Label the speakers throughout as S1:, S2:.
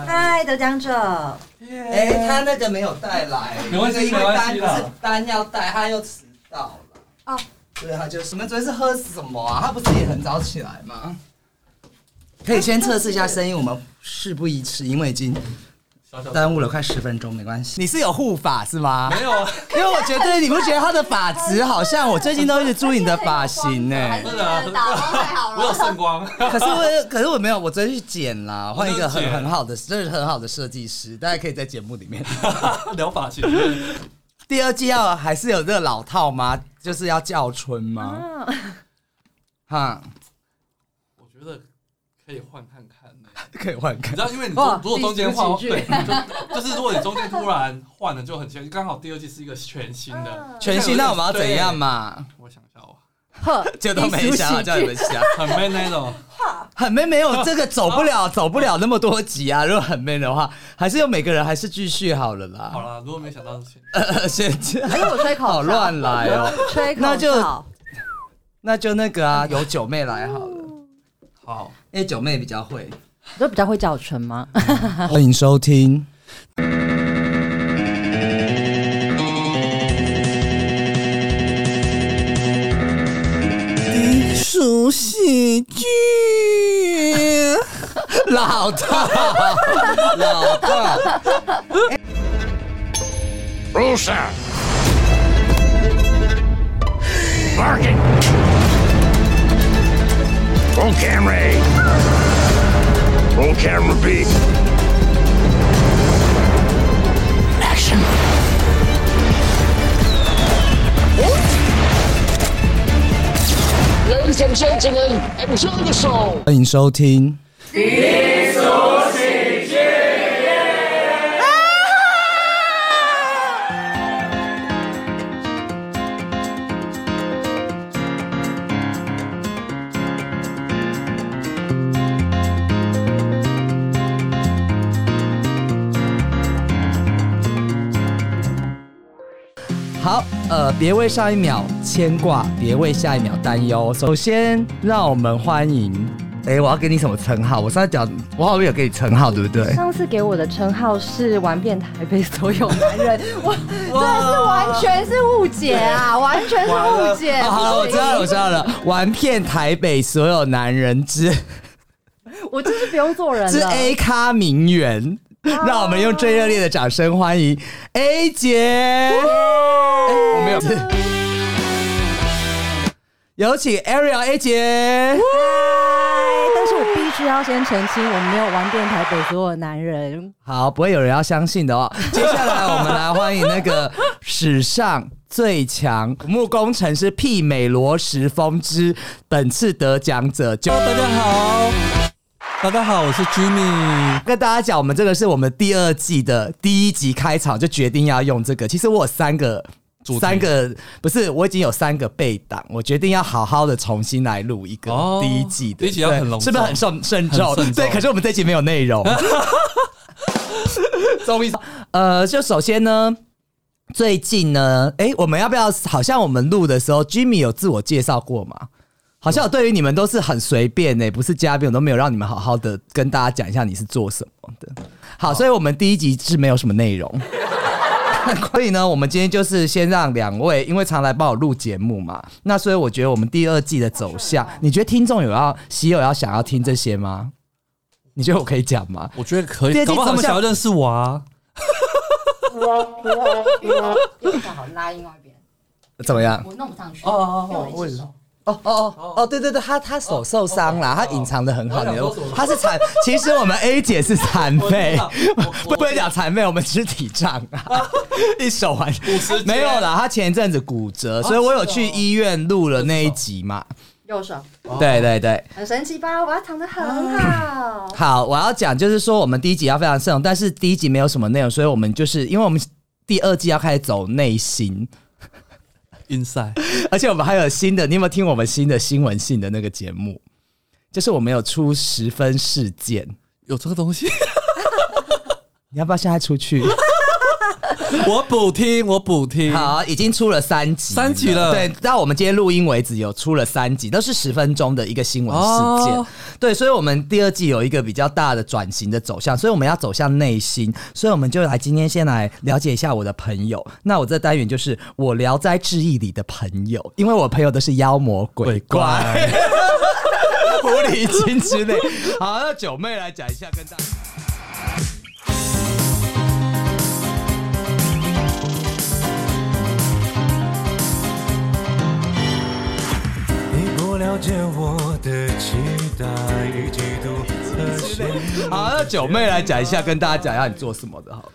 S1: 位得奖者，
S2: 哎、他那个没有带来，
S3: 没关系
S2: 那个因为
S3: 没关
S2: 单
S3: 系啦
S2: 是单要带，他又迟到了。
S1: 哦，
S2: 对，他就是你们昨天是喝什么啊？他不是也很早起来吗？可以先测试一下声音，我们事不宜迟，因为已经
S3: 小小的
S2: 耽误了快十分钟，没关系。你是有护发是吗？
S3: 没有啊，
S2: 因为我觉得你不觉得他的发质好像我最近都一直注意你 的发型呢、
S1: 还是觉得打光太啊好
S3: 我有
S1: 了。
S3: 圣光，
S2: 可是我， 可是我没有，我昨天去剪啦，换一个
S3: 我
S2: 很
S3: 都剪
S2: 很好的，就是很好的设计师，大家可以在节目里面。
S3: 聊发型，
S2: 第二季要还是有这个老套吗？就是要叫春吗？
S1: 嗯，
S2: 哈，
S3: 我觉得可以换看看呢。
S2: 可以 换
S3: 你
S2: 看
S3: 知。道，因为你
S1: 哇
S3: 中如果中间换，
S1: 第
S3: 对，就就是如果你中间突然换了，就很奇怪。刚好第二季是一个全新的，
S2: 全新，那我们要怎样嘛？
S3: 我想一下哦，
S1: 呵，
S2: 就都没想好
S1: 低俗
S2: 叫
S1: 喜
S2: 你
S1: 剧
S2: 们想。
S3: 很 man 那种，
S2: 很 man 没有这个走不 了，哦走不了那么多集啊！如果很 man 的话，还是有每个人还是继续好了
S3: 好
S2: 啦。
S3: 啦，如果没想到是先，
S2: 现在
S1: 哎，我吹口
S2: 好
S1: 哨，
S2: 乱来哦，
S1: 吹口哨
S2: 那就那就那个啊，由九妹来好了，
S3: 好，
S2: 因为九妹比较会。
S1: 你都比较会叫唇吗？
S2: 欢迎收听。
S4: 熟喜剧，
S2: 老大，老大，
S5: Rusa! Barking! Roll camera A. Roll camera B. Action!
S6: Ladies and gentlemen, enjoy the show.
S2: 欢迎收听。好，呃，别为上一秒牵挂，别为下一秒担忧。首先，让我们欢迎，哎、我要给你什么称号？我上次讲，我好像有给你称号，对不对？
S1: 上次给我的称号是玩遍台北所有男 人，我真的是完全是误解啊，完全是误解。
S2: 哦好了，我知道了，我知道了， 玩遍台北所有男人之
S1: 我就是不用做人
S2: 之
S1: 了。
S2: A 咖名媛，让我们用最热烈的掌声欢迎 A 姐。哎我没有，有请 Ariel A 姐。
S1: 但是我必须要先澄清，我没有玩遍台北所有的男人。
S2: 好，不会有人要相信的哦。接下来我们来欢迎那个史上最强木工程师媲美罗时峰之本次得奖者就。
S3: 大家好，大家好，我是 Jimmy，
S2: 跟大家讲，我们这个是我们第二季的第一集开场就决定要用这个。其实我有三个
S3: 主题
S2: 三个不是，我已经有三个备档，我决定要好好的重新来录一个
S3: 哦
S2: 第一季的。
S3: 第一集要
S2: 对
S3: 很隆重
S2: 是不是很慎慎重？
S3: 很慎重
S2: 对，可是我们这一集没有 内容。终于，呃，就首先呢。最近呢，哎、我们要不要？好像我们录的时候，Jimmy 有自我介绍过吗？好像我对于你们都是很随便呢、不是嘉宾，我都没有让你们好好的跟大家讲一下你是做什么的。好，所以我们第一集是没有什么内容。 所以呢，我们今天就是先让两位，因为常来帮我录节目嘛，那所以我觉得我们第二季的走向，你觉得听众有要喜友要想要听这些吗？你觉得我可以讲吗？
S3: 我觉得可
S2: 第二季
S3: 搞不好他
S2: 走
S3: 们
S2: 向
S3: 想要认识我啊，
S6: 好，拉另外一边，
S2: 怎么样？
S6: 我弄不上去。
S3: 哦哦哦
S6: 因为我一只手
S2: 哦哦哦哦，对对对，他他手受伤了，他隐藏的很好，你的他是残，其实我们 A 姐是残废，不不能讲残废，我们肢体障碍，一手完
S3: 十
S2: 没有啦，他前一阵子骨折，所以我有去医院录了那一集嘛，
S1: 右手
S2: 对对对。
S1: 很神奇吧？我要藏得很好。
S2: 好，我要讲就是说，我们第一集要非常慎重，但是第一集没有什么内容，所以我们就是因为我们第二季要开始走内心，
S3: ，inside，
S2: 而且我们还有新的，你有没有听我们新的新闻性的那个节目？就是我们有出十分事件，
S3: 有这个东西，
S2: 你要不要现在出去？
S7: 我补听，我补听。
S2: 好，已经出了嗯三集，
S7: 三集了
S2: 对，到我们今天录音为止，有出了三集，都是十分钟的一个新闻事件。
S7: 哦
S2: 对，所以，我们第二季有一个比较大的转型的走向，所以我们要走向内心，所以我们就来今天先来了解一下我的朋友。那我这单元就是我《聊斋志异》里的朋友，因为我朋友都是妖魔鬼 怪、狐狸精之类。好，那九妹来讲一下，跟大家。
S8: 你不了解我的期待与嫉妒和羡慕。
S2: 好，那九妹来讲一下，跟大家讲一下你做什么的，好了。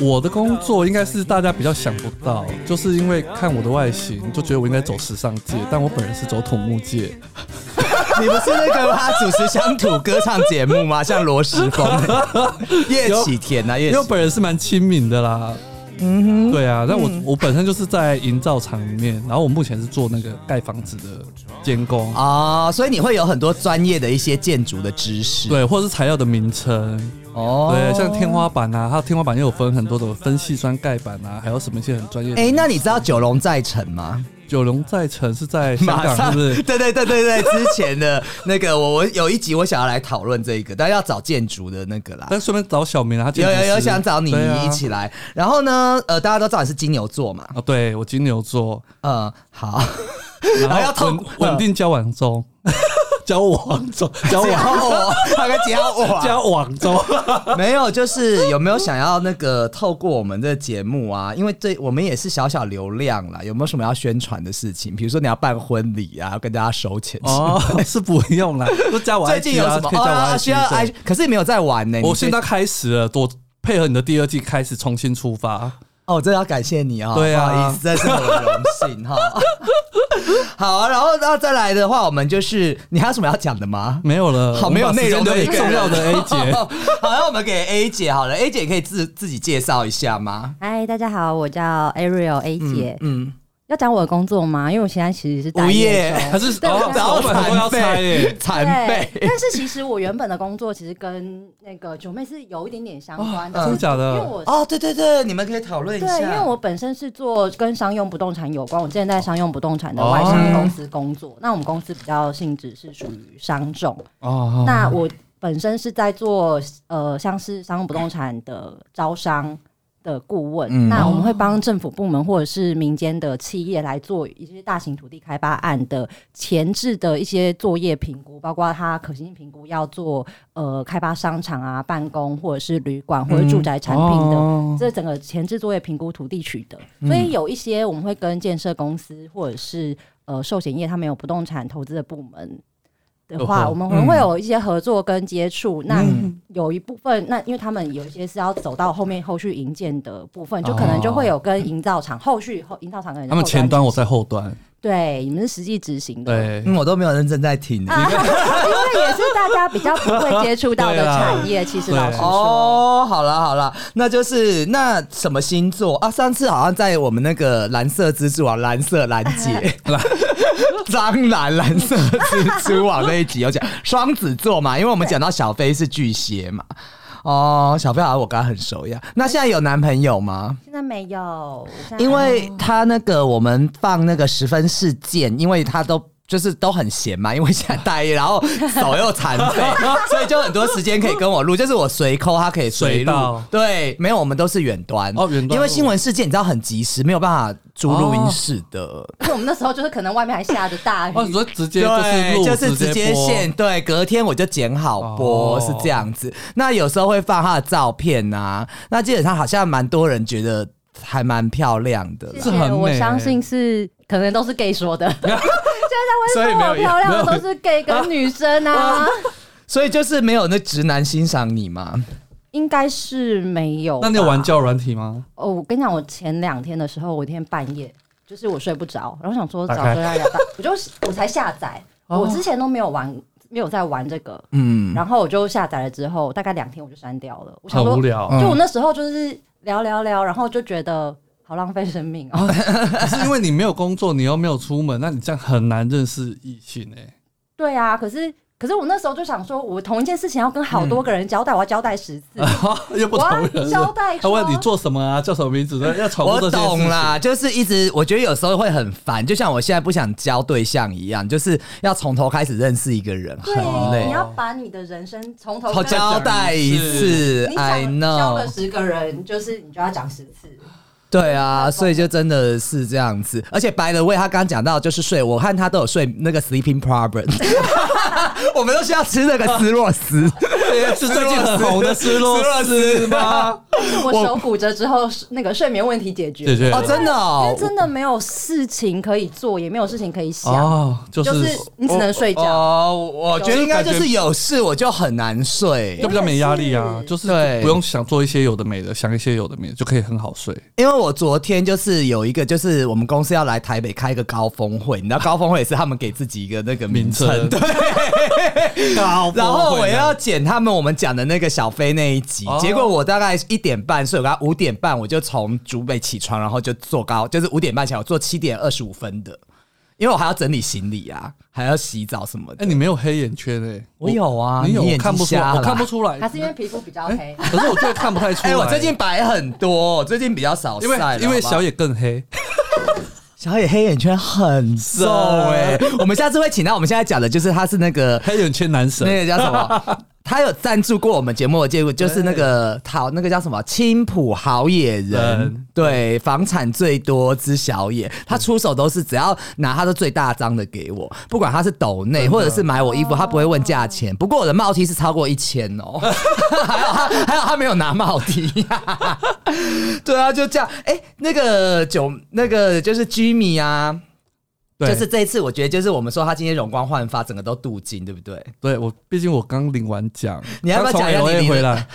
S7: 我的工作应该是大家比较想不到，就是因为看我的外形就觉得我应该走时尚界，但我本人是走土木界。
S2: 你不是那个他主持乡土歌唱节目吗？像罗时 丰、叶启田啊，叶
S7: 因为
S2: 启
S7: 我本人是蛮亲民的啦。嗯哼，对啊，但我、我本身就是在营造厂里面，然后我目前是做那个盖房子的监工，
S2: 啊、所以你会有很多专业的一些建筑的知识。
S7: 对，或者是材料的名称，
S2: 哦
S7: 对，像天。花板啊，它天花板又有分很多种分细砖盖板啊，还有什么一些很专业的。
S2: 哎、那你知道九龙寨城吗？
S7: 九龙寨城是在 香港，是不是？
S2: 对对对对对，之前的那个我我有一集我想要来讨论这个，但要找建筑的那个啦。
S7: 但顺便找小明啊，他建
S2: 有
S7: 筑
S2: 有有
S7: 师
S2: 想找你
S7: 对啊
S2: 一起来，然后呢，呃，大家都知道你是金牛座嘛，
S7: 啊，对我金牛座，
S2: 嗯，好，
S7: 然后
S2: 要嗯痛
S7: 稳稳定交往 中，交往中， 交往
S2: 我，他跟讲我，
S7: 交往中，
S2: 没有，就是有没有想要那个透过我们的节目啊？因为对我们也是小小流量啦，有没有什么要宣传的事情？比如说你要办婚礼啊，要跟大家收钱。
S7: 哦，是不用啦，就加我 IG 啊
S2: 最近有什么
S7: 可以加我
S2: 哦
S7: IG，
S2: 需要
S7: 对
S2: I，可是你没有在玩呢、
S7: 我
S2: 你最
S7: 现在开始了，我配合你的第二季开始重新出发。
S2: 哦，真的要感谢 你哦，
S7: 对啊
S2: 不好意思，这是我的荣幸 哈。好啊，然后那再来的话，我们就是你还有什么要讲的吗？
S7: 没有了，
S2: 好，
S7: 我们
S2: 没有
S7: 把
S2: 内容
S7: 时间
S2: 的
S7: 留
S2: 一
S7: 给
S2: 个
S7: 重要的 A
S2: 人
S7: 姐。
S2: 好，那我们给 A 姐好了，A 姐可以自自己介绍一下吗？
S1: 嗨，大家好，我叫 Ariel A 姐。
S2: 嗯。
S1: 要讲我的工作吗？因为我现在其实是待
S2: 无业
S1: 业中
S7: 还 是
S1: 对
S7: 哦
S1: 然
S2: 后
S7: 老板都要猜 耶，
S2: 残
S1: 对
S2: 废，
S1: 但是其实我原本的工作其实跟那个九妹是有一点点相关的，
S7: 哦真的假的
S1: 因为我
S2: 哦，对对对，你们可以讨论一下。
S1: 对，因为我本身是做跟商用不动产有关，我之前在商用不动产
S2: 哦
S1: 的外商公司工作。那我们公司比较性质是属于商仲，
S7: 哦，
S1: 那我本身是在做呃，像是商用不动产的招商。的顾问，
S2: 嗯
S1: 那我们会帮政府部门或者是民间的企业来做一些大型土地开发案的前置的一些作业评估，包括它可行性评估要做呃开发商场啊、办公或者是旅馆或者住宅产品的、
S7: 哦
S1: 这整个前置作业评估土地取得，
S7: 嗯
S1: 所以有一些我们会跟建设公司或者是呃寿险业，他们有不动产投资的部门的
S7: 合
S1: 话，
S7: 作
S1: 我们可能会有一些合作跟接触。那
S7: 嗯
S1: 有一部分，那因为他们有一些是要走到后面后续营建的部分，就可能就会有跟营造厂后续后营造厂可能
S7: 他们前端我在后端，
S1: 对你们是实际执行的。
S7: 对，
S2: 嗯，我都没有认真在听
S1: 啊， 因为也是大家比较不会接触到的
S7: 对啊
S1: 产业，其实老实
S7: 对
S1: 说，
S2: 哦，好了好了，那就是那什么星座啊？上次好像在我们那个蓝色蜘蛛网、蓝色蓝
S1: 哎
S2: 姐、 蓝蟑螂、蓝色蜘蛛网那一集有讲双子座嘛，因为我们讲到小飞是巨蟹嘛。哦，小飞好像我跟他很熟一样。那现在有男朋友吗？
S1: 现在没有，我现在
S2: 因为他那个我们放那个十分事件，因为他都。就是都很闲嘛，因 为现在大一，然后手又残废，所以就很多时间可以跟我录。就是我随抠，他可以随
S7: 随
S2: 录
S7: 到。
S2: 对，没有，我们都是远端
S7: 哦远端
S2: 因为新闻事件你知道很及时，没有办法租录音
S7: 哦
S2: 室的。
S1: 而且我们那时候就是可能外面还下着大雨，
S7: 哦，你说直接就是
S2: 对，
S7: 录，
S2: 就是直接
S7: 播
S2: 现，对，隔天我就剪好播，
S7: 哦
S2: 是这样子。那有时候会放他的照片啊，那基本上好像蛮多人觉得还蛮漂亮的啦。
S1: 谢
S7: 是很
S1: 谢，
S7: 美
S1: 我相信是可能都是 gay 说 的。现在
S2: 所以
S1: 在
S2: 没
S1: 微
S2: 有
S1: 博漂亮的都是 gay 跟女生 啊，
S2: 所以就是没有那直男欣赏你嘛？
S1: 应该是没有吧。
S7: 那你有玩交友软体吗？
S1: 哦，我跟你讲，我前两天的时候，我一天半夜就是我睡不着，然后想说
S7: 打
S1: 找
S7: 开哦
S1: 个人来聊吧，我就我才下载，我之前都没有玩，没有在玩这个，
S2: 嗯，
S1: 然后我就下载了之后，大概两天我就删掉了。我想
S7: 很
S1: 说
S7: 无，聊，
S1: 就我那时候就是聊聊聊，然后就觉得好浪费生命哦。
S7: 可是因为你没有工作，你又没有出门，那你这样很难认识异性诶。欸
S1: 对啊，可是可是我那时候就想说，我同一件事情要跟好
S2: 嗯
S1: 多个人交代，我要交代十次。
S2: 哦
S7: 又不同
S1: 我要
S7: 人
S1: 交代
S7: 他
S1: 说
S7: 问你做什么啊，叫什么名字， 要重复
S2: 我
S7: 这些事情
S2: 懂啦，就是一直我觉得有时候会很烦，就像我现在不想交对象一样，就是要从头开始认识一个人，很
S1: 对，
S2: 累
S1: 你。要把你的人生从头
S2: 好
S1: 跟
S2: 交代一次
S1: 你
S2: ，I
S1: 想交了
S2: know。
S1: 十个人，就是你就要讲十次。
S2: 对啊，所以就真的是这样子。而且白的 way，他刚刚讲到就是睡，我看他都有睡那个 sleeping problem。我们都需要吃那个斯洛 斯，
S7: 是最近很红的斯洛 斯吗？
S1: 我手骨折之后，那个睡眠问题解决，
S7: 解决
S2: 哦，真的
S1: 因
S2: 哦
S1: 为，真的没有事情可以做，也没有事情可以想，
S7: 哦，就
S1: 就是是你只能睡觉。
S2: 哦，我觉得应该就是有事我就很难睡
S7: 就，比较没压力啊，就是
S2: 对
S7: 不用想做一些有的没的，想一些有的没的就可以很好睡。
S2: 因为我昨天就是有一个，就是我们公司要来台北开一个高峰会，你知道高峰会也是他们给自己一个那个名称，
S7: 名称
S2: 对。
S7: 高
S2: 然后我要剪他们我们讲的那个小飞那一集，
S7: 哦
S2: 结果我大概一点半睡，我刚五点半我就从竹北起床，然后就坐高，就是五点半起来，我坐七点二十五分的，因为我还要整理行李啊，还要洗澡什么的。
S7: 哎，你没有黑眼圈哎，
S2: 我有啊
S7: 你有，
S2: 你眼
S7: 我
S2: 睛
S7: 看不出
S2: 瞎
S7: 来，
S2: 了
S7: 我看不出来
S2: 哦
S1: 还，是因为皮肤比较黑，
S7: 可是我觉得看不太出
S2: 哎、
S7: 来。
S2: 我最近白很多，我最近比较少晒
S7: 因为
S2: 了
S7: 因为
S2: 好不好
S7: 小野更黑，
S2: 小野黑眼圈很重哎、我们下次会请到我们现在讲的，就是他是那个
S7: 黑眼圈男 神
S2: 那个叫什么？他有赞助过我们节目的节目，就是那个陶那个叫什么青浦好野人
S7: 人，
S2: 对，房产最多之小野，他出手都是只要拿他都最大张的给我，不管他是斗内或者是买我衣服，他不会问价钱。不过我的帽 T 是超过一千哦，还有他还有他没有拿帽 T，对啊，就这样。哎、那个九那个就是 Jimmy 啊。
S7: 对
S2: 就是这一次，我觉得就是我们说他今天容光焕发，整个都镀金，对不对？
S7: 对我，毕竟我刚领完奖，
S2: 你要不要
S7: 刚从
S2: 讲一下你
S7: LA
S2: 领
S7: 回来？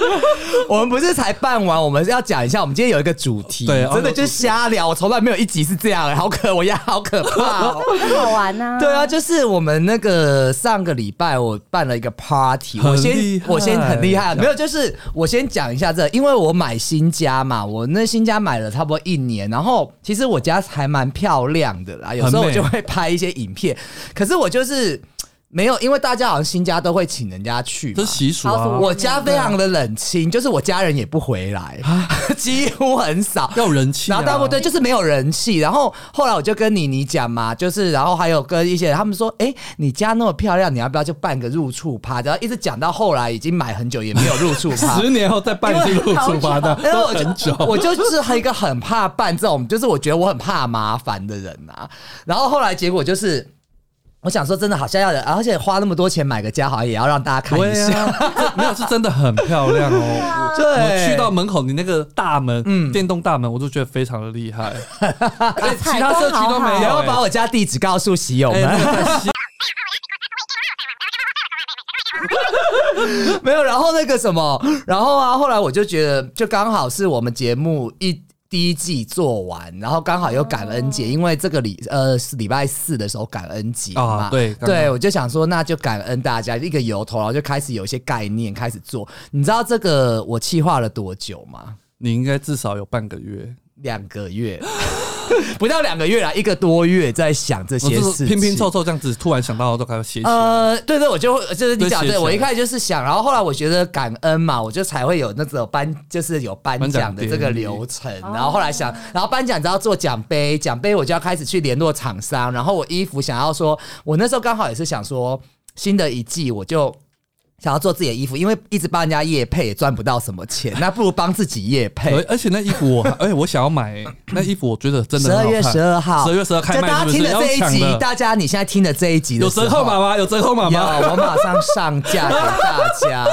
S2: 我们不是才办完，我们是要讲一下，我们今天有一个主题，
S7: 对
S2: 真的就是瞎聊，我从来没有一集是这样、好可，我压好可怕、哦。
S1: 很好玩呐、
S2: 对啊，就是我们那个上个礼拜我办了一个 party，
S7: 很
S2: 我先
S7: 厉害
S2: 我先很厉害，没有，就是我先讲一下这个因为我买新家嘛，我那新家买了差不多一年，然后其实我家还蛮漂亮的啦，有时候
S7: 很
S2: 我
S7: 美
S2: 就会拍一些影片，可是我就是没有，因为大家好像新家都会请人家去嘛，
S7: 这是习俗
S1: 好
S7: 啊，
S1: 土
S2: 我家非常的冷清，就是我家人也不回来，
S7: 啊
S2: 几乎很少。
S7: 要有人气啊。
S2: 然后大部分对，就是没有人气。然后后来我就跟妮妮讲嘛，就是然后还有跟一些人他们说，哎、你家那么漂亮，你要不要就办个入住趴？然后一直讲到后来已经买很久也没有入住 趴。
S7: 十年后再办一次入主吧的，
S2: 因为
S7: 都
S2: 我
S7: 很
S2: 就
S7: 久。
S2: 我就是一个很怕办这种，就是我觉得我很怕麻烦的人啊。然后后来结果就是，我想说真的好像要人，而且花那么多钱买个家，好像也要让大家看一
S7: 对
S2: 下。
S7: 啊， 这没有是真的很漂亮哦。
S2: 对，啊嗯
S7: 我去到门口，你那个大门，电动大门，我就觉得非常的厉害。
S1: 啊
S7: 哎其他社区都没
S2: 你
S7: 有，
S2: 要把我家地址告诉喜友
S7: 哎
S2: 们，
S7: 那个在西
S2: 没有。然后那个什么，然后啊，后来我就觉得，就刚好是我们节目一。第一季做完，然后刚好有感恩节，因为这个礼呃是礼拜四的时候感恩节嘛，
S7: 哦啊对刚好
S2: 对，我就想说那就感恩大家一个由头，然后就开始有一些概念开始做。你知道这个我计划了多久吗？
S7: 你应该至少有半个月，
S2: 两个 月，不到两个月啦，一个多月在想这
S7: 我
S2: 些
S7: 就是
S2: 事情，
S7: 拼拼凑凑这样子，突然想到都开始写起来。
S2: 呃，对对，我就会就是你讲
S7: 对
S2: 对，
S7: 写起
S2: 我
S7: 来
S2: 一开始就是想，然后后来我觉得感恩嘛，我就才会有那种颁，就是有颁
S7: 颁奖
S2: 奖的这个
S7: 典礼
S2: 流程。然后后来想，然后颁奖只要做奖杯，奖杯我就要开始去联络厂商，然后我衣服想要说，我那时候刚好也是想说，新的一季我就。想要做自己的衣服，因为一直帮人家夜配也赚不到什么钱， 那不如帮自己夜配。
S7: 而而且那衣服我还，哎，我想要买欸那衣服，我觉得真 的
S2: 十二
S7: 很好看
S2: 月十二号，
S7: 12月12开
S2: 就
S7: 卖
S2: 大家
S7: 是
S2: 听
S7: 不
S2: 了
S7: 是
S2: 这一
S7: 要抢
S2: 集，
S7: 的
S2: 大家你现在听了这一集的
S7: 有
S2: 时候
S7: 折扣码吗？有折扣码
S2: 有，
S7: 吗？
S2: 我马上上架给大家。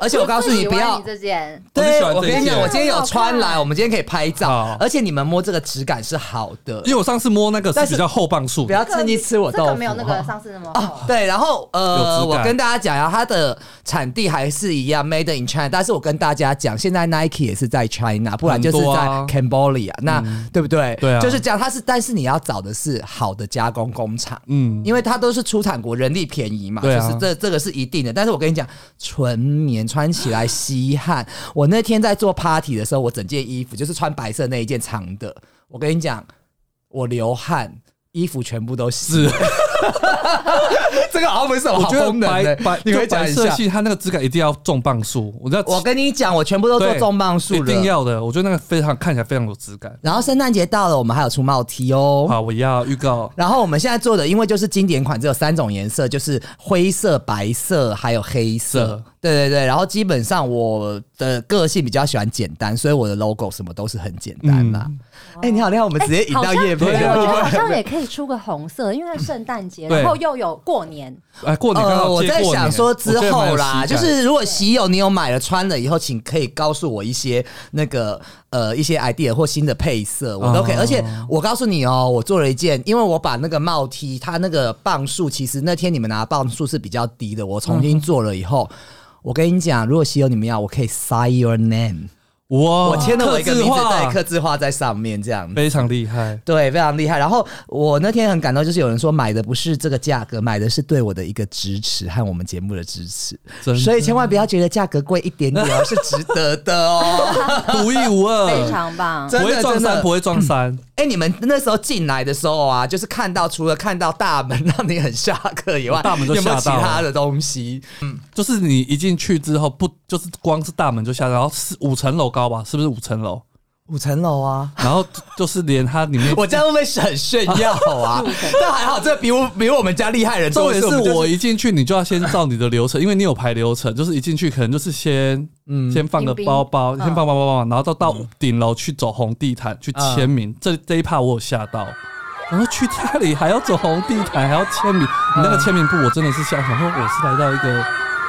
S2: 而且我告诉你，不
S6: 喜欢
S2: 要
S6: 你。这件，
S7: 我很
S2: 对
S7: 喜，欢
S2: 我跟你讲，我
S7: 这一件
S2: 今天有穿来，
S1: 好
S2: 我们今天可以拍照
S7: 好，
S2: 而且你们摸这个质感是好的
S7: 因，为我上次摸那个
S2: 但
S7: 是
S2: 是
S7: 比较厚磅数
S2: 不，要趁机吃我
S6: 这
S2: 豆
S6: 个
S2: 腐。哦
S6: 没有那
S2: 哈
S6: 个上次那么厚。
S2: 对，然后呃，
S7: 有质
S2: 我
S7: 感
S2: 跟大家讲啊，它的产地还是一样，Made in China。但是我跟大家讲，现在 Nike 也是在 China，不然就是
S7: 很多
S2: 在
S7: 啊
S2: Cambodia，、那、对不对？
S7: 对啊
S2: 就是这样。它是，但是你要找的是好的加工工厂，嗯
S7: 嗯，
S2: 因为它都是出产国，人力便宜嘛，
S7: 对啊
S2: 就是这这个是一定的。但是我跟你讲，纯棉穿起来吸汗。我那天在做 party 的时候，我整件衣服就是穿白色那一件长的，我跟你讲，我流汗。衣服全部都是。 这个好像不是什么
S7: 我
S2: 好
S7: 觉得
S2: 功能
S7: 白
S2: 的、
S7: 白
S2: 你可以
S7: 就
S2: 讲
S7: 白
S2: 一
S7: 色
S2: 下。
S7: 系，它那个质感一定要重磅数，我知道
S2: 我跟你讲，我全部都做
S7: 对
S2: 重磅
S7: 一
S2: 数
S7: 定
S2: 了。
S7: 要的，我觉得那个非常看起来非常有质感。
S2: 然后圣诞节到了，我们还有出帽 T 哦。
S7: 好，我要预告
S2: 然后我们现在做的，因为就是经典款，只有三种颜色，就是灰色、白色还有黑色
S7: 色。
S2: 对对对，然后基本上我的个性比较喜欢简单，所以我的 logo 什么都是很简单啦。
S7: 嗯
S2: 哎、你好厉害，我们直接引到夜配
S1: 对，
S2: 了。
S1: 我觉得好像也可以出个红色，因为圣诞节，
S7: 对
S1: 然后又有过年，
S7: 哎，过年刚
S2: 呃，
S7: 好
S2: 我
S7: 接
S2: 在
S7: 过
S2: 想
S7: 年
S2: 说之
S7: 我觉得蛮
S2: 后
S7: 有
S2: 啦，
S7: 喜感
S2: 就是如果喜友你有买了穿了以后，请可以告诉我一些那个呃一些 idea 或新的配色，我都可以。
S7: 哦
S2: 而且我告诉你哦，我做了一件，因为我把那个帽 T 它那个磅数，其实那天你们拿的磅数是比较低的，我重新做了以后。我跟你讲，如果喜友你们要，我可以 sign your name，、
S7: 哇，
S2: 我签了我一个
S7: 哦刻字
S2: 名字，
S7: 化
S2: 对，刻字画在上面这样子。
S7: 非常厉 害。
S2: 对，非常厉害。然后我那天很感动，就是有人说买的不是这个价格，买的是对我的一个支持和我们节目的支持，
S7: 真的
S2: 所以千万不要觉得价格贵一点点哦，是值得的哦。
S7: 独一无
S1: 非
S7: 二，
S1: 常棒。
S2: 真
S7: 不
S2: 的
S7: 会撞
S2: 真的
S7: 衫，不会撞衫。
S2: 哎、你们那时候进来的时候啊，就是看到除了看到大门让你很下课以外，
S7: 大门都
S2: 有没有其
S7: 吓到了
S2: 他的东西？
S7: 就是你一进去之后，不就是光是大门就下，然后是五层楼高吧？是不是五层楼？
S2: 五层楼啊。
S7: 然后就就是连它里面
S2: ，我这样会不会是很炫耀 啊？但还好，这比我比我们家厉害人
S7: 重
S2: 多。
S7: 点是
S2: 们就是
S7: 我一进去，你就要先照你的流程，因为你有排流程，就是一进去可能就是先
S2: 嗯
S7: 先放个
S1: 迎宾
S7: 包包，
S1: 嗯
S7: 先放包包嘛，然后到到顶楼去走红地毯去签
S2: 嗯
S7: 名。这这一趴我有吓到，然后去家里还要走红地毯，还要签名。你那
S2: 嗯
S7: 个签名簿我真的是吓，想说我是来到一个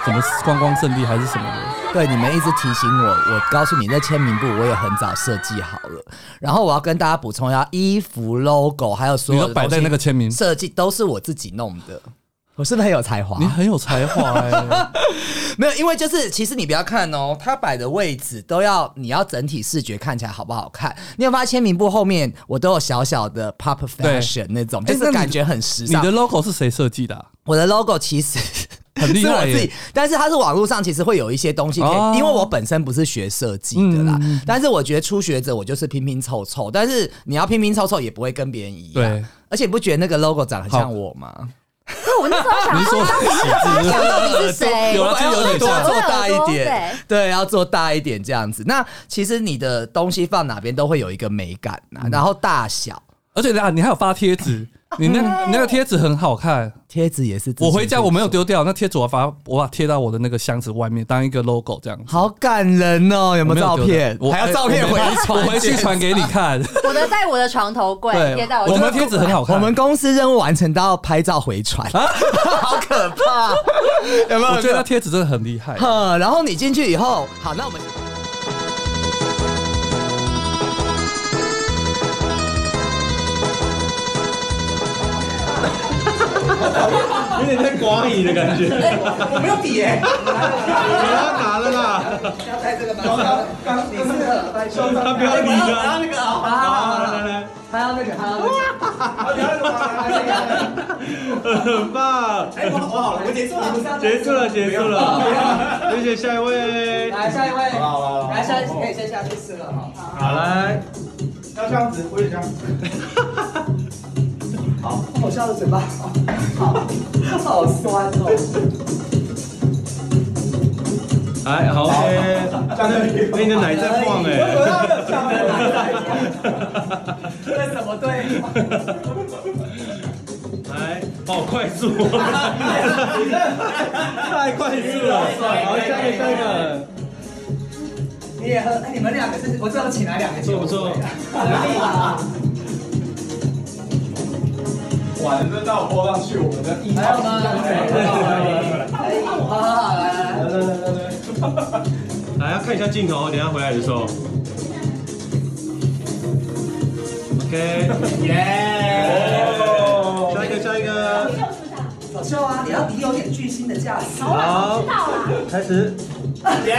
S7: 什么观光圣地还是什么的。
S2: 对，你们一直提醒我，我告诉你，那签名簿我也很早设计好了。然后我要跟大家补充一下，衣服、logo 还有所有的
S7: 你都摆在
S2: 东西
S7: 那个签名
S2: 设计，都是我自己弄的。我是不是很有才华
S7: 你？很有才华哎、
S2: 没有，因为就是其实你不要看哦，它摆的位置都要你要整体视觉看起来好不好看。你有发现签名簿后面我都有小小的 pop
S7: 对
S2: fashion 那种，
S7: 哎
S2: 就
S7: 那
S2: 是
S7: 你
S2: 感觉很时
S7: 你
S2: 尚。
S7: 的 logo 是谁设计的啊、
S2: 我的 logo 其实
S7: 很厉害
S2: 是
S7: 耶
S2: 我自己，但是它是网络上其实会有一些东西可以，
S7: 哦嗯
S2: 因为我本身不是学设计的啦，但是我觉得初学者我就是拼拼凑凑，但是你要拼拼凑凑也不会跟别人一样
S7: 对。
S2: 而且你不觉得那个 logo 长得很像我 吗？
S1: 对，我那时候想
S7: 你是
S1: 说，
S7: 说
S1: 我想
S7: 喜
S1: 到底是谁？
S7: 有了就有点
S2: 多
S7: 像
S2: 做大一点
S1: 对，
S2: 对，要做大一点这样子。那其实你的东西放哪边都会有一个美感啊，
S7: 嗯
S2: 然后大小
S7: 而且啊，你还有发贴纸，你那你那个贴纸很好看。
S2: 贴纸也是自己做。
S7: 我回家我没有丢掉那贴纸，我发我把它贴到我的那个箱子外面当一个 logo 这样子。
S2: 好感人哦，有没有照片？
S7: 我没有
S2: 还
S7: 丢掉我哎
S2: 要照片
S7: 我
S2: 回
S7: 没有
S2: 传，
S7: 我回去传给你 看。
S1: 我的在我的床头柜
S7: 对
S1: 贴在我
S7: 我
S1: 的
S7: 们贴纸很好看。
S2: 我们公司任务完成都要拍照回传， 好可怕，有没有？
S7: 我觉得那贴纸真的很厉害。
S2: 呵，然后你进去以后，好，那我们。哎哎哎 哎哎
S9: 来，要看一下镜头，等一下回来的时候。OK，耶！下一个，下一个。啊好秀啊！你要你有点巨星的架势。好，开始。哎耶！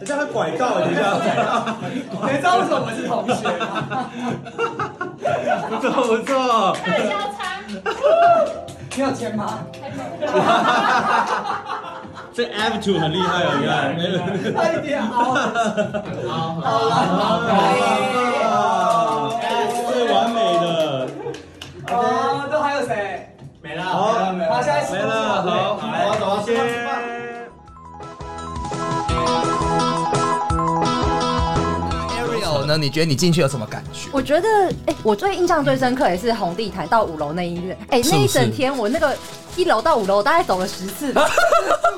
S9: 等一下会拐到，等一下。你知道为什么我们是同学吗？ 不错不错。 这 attitude 很厉害哦，你看，没人。快一点，好，好，好，好，好，好，最完美的。
S10: 哦，都还有谁？
S9: 没了，好，
S10: 好，下一次
S9: 没了，好，
S10: 来
S9: 好，走，谢谢。
S2: Ariel 呢？你觉得你进去有什么感 觉？
S1: 我觉得，哎、我最印象最深刻也是红地毯到五楼那一 日，哎、那一整天我那个一楼到五楼，我大概走了十 次吧。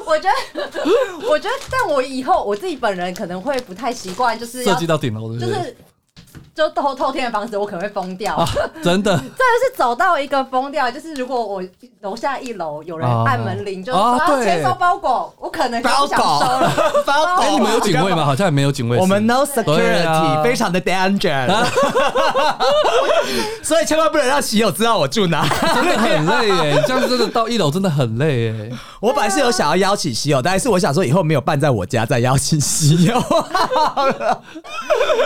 S1: 我觉得，我觉得，但我以后我自己本人可能会不太习惯，就是
S7: 设
S1: 要
S7: 计到顶楼，对不
S1: 就
S7: 对？
S1: 是就透透天的房子，我可能会疯掉。
S7: 啊，真的，
S1: 真的是走到一个疯掉，就是如果我楼下一楼有人按门铃，就
S7: 哦
S1: 说
S7: 啊
S1: 要
S7: 对
S1: 签收包裹，我可能就不想收了。
S2: 包
S7: 哎，你们有警卫吗？好像也没有警卫室，啊
S2: 我 们 no
S7: 对啊
S2: security，非常的 danger，所以千万不能让喜友知道我住 哪。
S7: 真的很累耶，这样子真的到一楼真的很累耶。
S2: 我本来是有想要邀请喜友，但是我想说以后没有办在我家，再邀请喜友。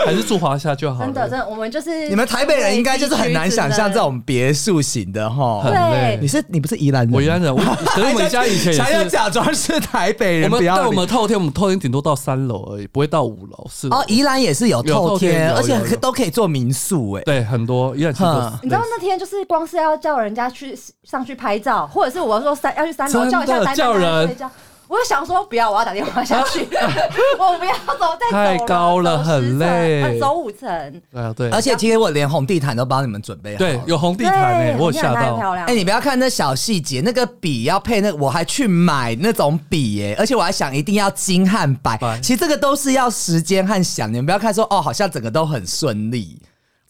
S7: 还是住华夏就好了。
S1: 真的，真的，我们就 是
S2: 你们台北人应该就是很难想象这种别墅型的哈
S7: 很。累
S1: 对
S2: 你。是你不是宜兰人吗？
S7: 我原来 人，我可是我们家以前也
S2: 还要
S7: 是，
S2: 假装是台北
S7: 我
S2: 人，
S7: 们
S2: 不要
S7: 但
S2: 理
S7: 我们透天，我们透天顶多到三楼而已，不会到五楼、四楼。
S2: 哦，宜兰也是有
S7: 有
S2: 透
S7: 透天
S2: 天，
S7: 有
S2: 而且
S7: 有有
S2: 都可以做民宿哎。
S7: 对，很多依然是
S2: 哼
S1: 你知道那天就是光是要叫人家去上去拍照，或者是我要说三要去三楼
S7: 真
S1: 叫
S7: 的
S1: 一下三
S7: 叫人
S1: 睡觉。我就想说不要，我要打电话下 去，我不要走，再走
S7: 太高了
S1: 了，走十层
S7: 很累
S1: 呃走五层，
S7: 对啊，对，
S2: 而且今天我连红地毯都帮你们准备好了
S7: 对有红地毯诶、我有吓
S1: 太
S7: 到。
S1: 漂亮
S2: 哎、。你不要看那小细节，那个笔要配那，我还去买那种笔耶、而且我还想一定要金和白
S7: 白。
S2: 其实这个都是要时间和想，你们不要看说哦，好像整个都很顺利，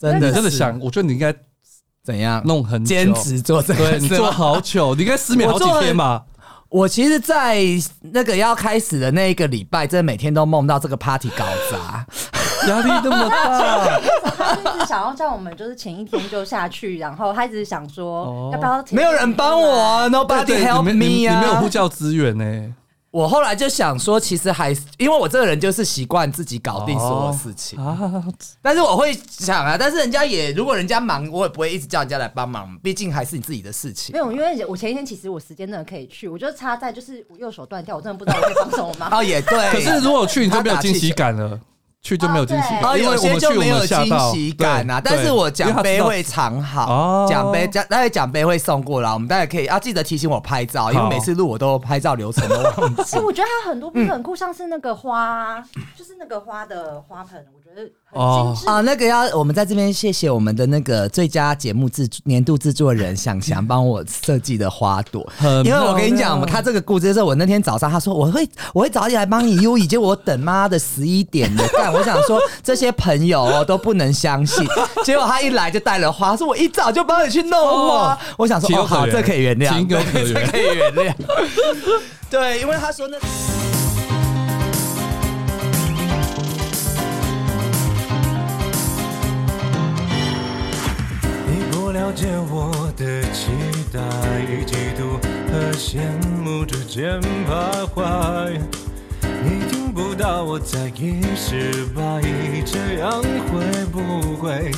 S2: 真的
S7: 你真的
S2: 是
S7: 想，我觉得你应该
S2: 怎样
S7: 弄很久
S2: 兼，职做这
S7: 对
S2: 个，
S7: 你
S2: 是
S7: 做
S2: 吗
S7: 好久，你应该失眠好几 天吧？
S2: 我其实，在那个要开始的那一个礼拜，真的每天都梦到这个 party 搞砸。
S7: 压力那么大，
S1: 他就一直想要叫我们就是前一天就下去，然后他一直想说
S7: 哦
S1: 要不要
S2: 没有人帮我啊
S7: 对
S2: ，Nobody
S7: 对，你
S2: help
S7: 没你
S2: me 啊！
S7: 你没有呼叫资源 欸呢，
S2: 我后来就想说，其实还是因为我这个人就是习惯自己搞定所有事情，
S7: 啊，
S2: 但是我会想啊，但是人家也如果人家忙，我也不会一直叫人家来帮忙，毕竟还是你自己的事情
S1: 没。有，因为我前一天其实我时间真的可以去，我就差在就是我右手断掉，我真的不知道我可以帮什么 忙。
S2: 哦，也对。
S7: 可是如果去你就没有惊喜感了，去就没有惊喜
S1: 哦
S2: 哦，
S7: 感，因为
S2: 有
S7: 我
S2: 些
S7: 们去
S2: 就
S7: 我
S2: 没有
S7: 们吓
S2: 惊
S7: 到
S2: 喜感啊。
S7: 对
S2: 但是我
S7: 因为
S2: 奖
S7: 他
S2: 杯
S7: 知道
S2: 会藏好
S7: 哦，
S2: 奖杯奖，待会奖杯会送过来，我们待会可以啊，记得提醒我拍照，因为
S7: 好
S2: 每次录我都拍照流程都忘记
S1: 哎、。我觉得它很多
S2: 嗯
S1: 不是很酷，像是那个花，就是那个花的花盆，我觉得很精致。
S2: 啊，那个要我们在这边谢谢我们的那个最佳节目制作年度制作人想想帮我设计的花朵，
S7: 很
S2: 因为我跟你
S7: 漂
S2: 讲，
S7: 亮
S2: 他这个故事就是我那天早上他说我会我会早点来帮你优，以结果我等妈的十一点了，但我想说这些朋友哦都不能相信，结果他一来就带了花，说我一早就帮你去弄花，
S7: 哦
S2: 我想说
S7: 情有
S2: 哦好，
S7: 可原
S2: 这可以原谅，
S7: 情有可
S2: 对
S7: 原
S2: 这可以原谅，对，因为他说那。
S8: 你不了解我的期待与嫉妒和羡慕之间徘徊，你听不到我在意失败，这样会不会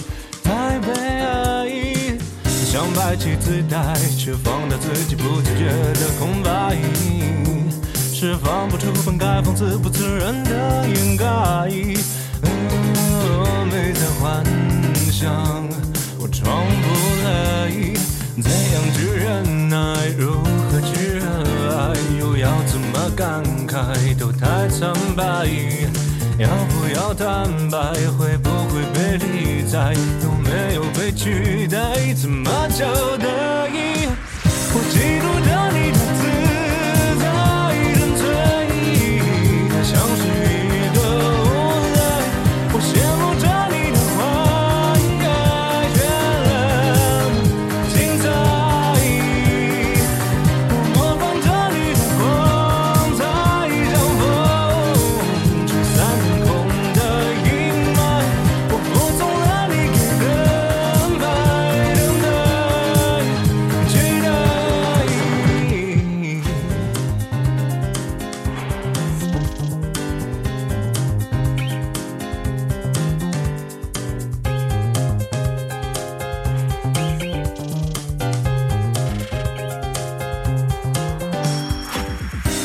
S8: 太悲哀？想摆起姿态，却放大自己不自觉的空白，释放不出本该放肆不自然的掩盖。嗯，没在幻想，我装不来，怎样去忍耐，如何去热爱，又要怎么感慨，都太苍白。要不要坦白，会不会被理睬，有没有被取代，怎么交代？我嫉妒着你的自在沉醉，它像是一个无赖。我羡慕着你的花开绚烂精彩，我模仿着你的光彩，像风吹散空的阴霾。我服从了你给的安排，等待。期待。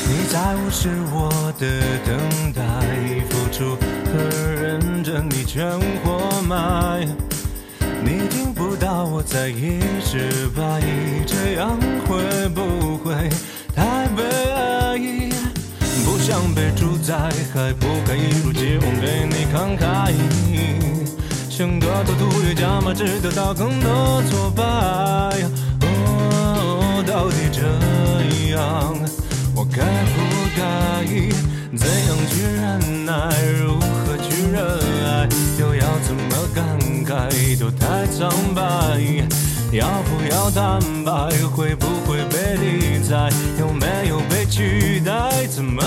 S8: 你在无视我的等待，付出和认真你全活埋。你听到我在一十八亿，这样会不会太悲哀？不想被主宰，还不敢一如既往对你慷慨。想得到毒越加码，只得到更多挫败。哦，到底这样，我该不该？怎样去忍耐？如何去热爱？又要怎么感慨？都太苍白。要不要坦白？会不会被理睬？有没有被取代？怎么？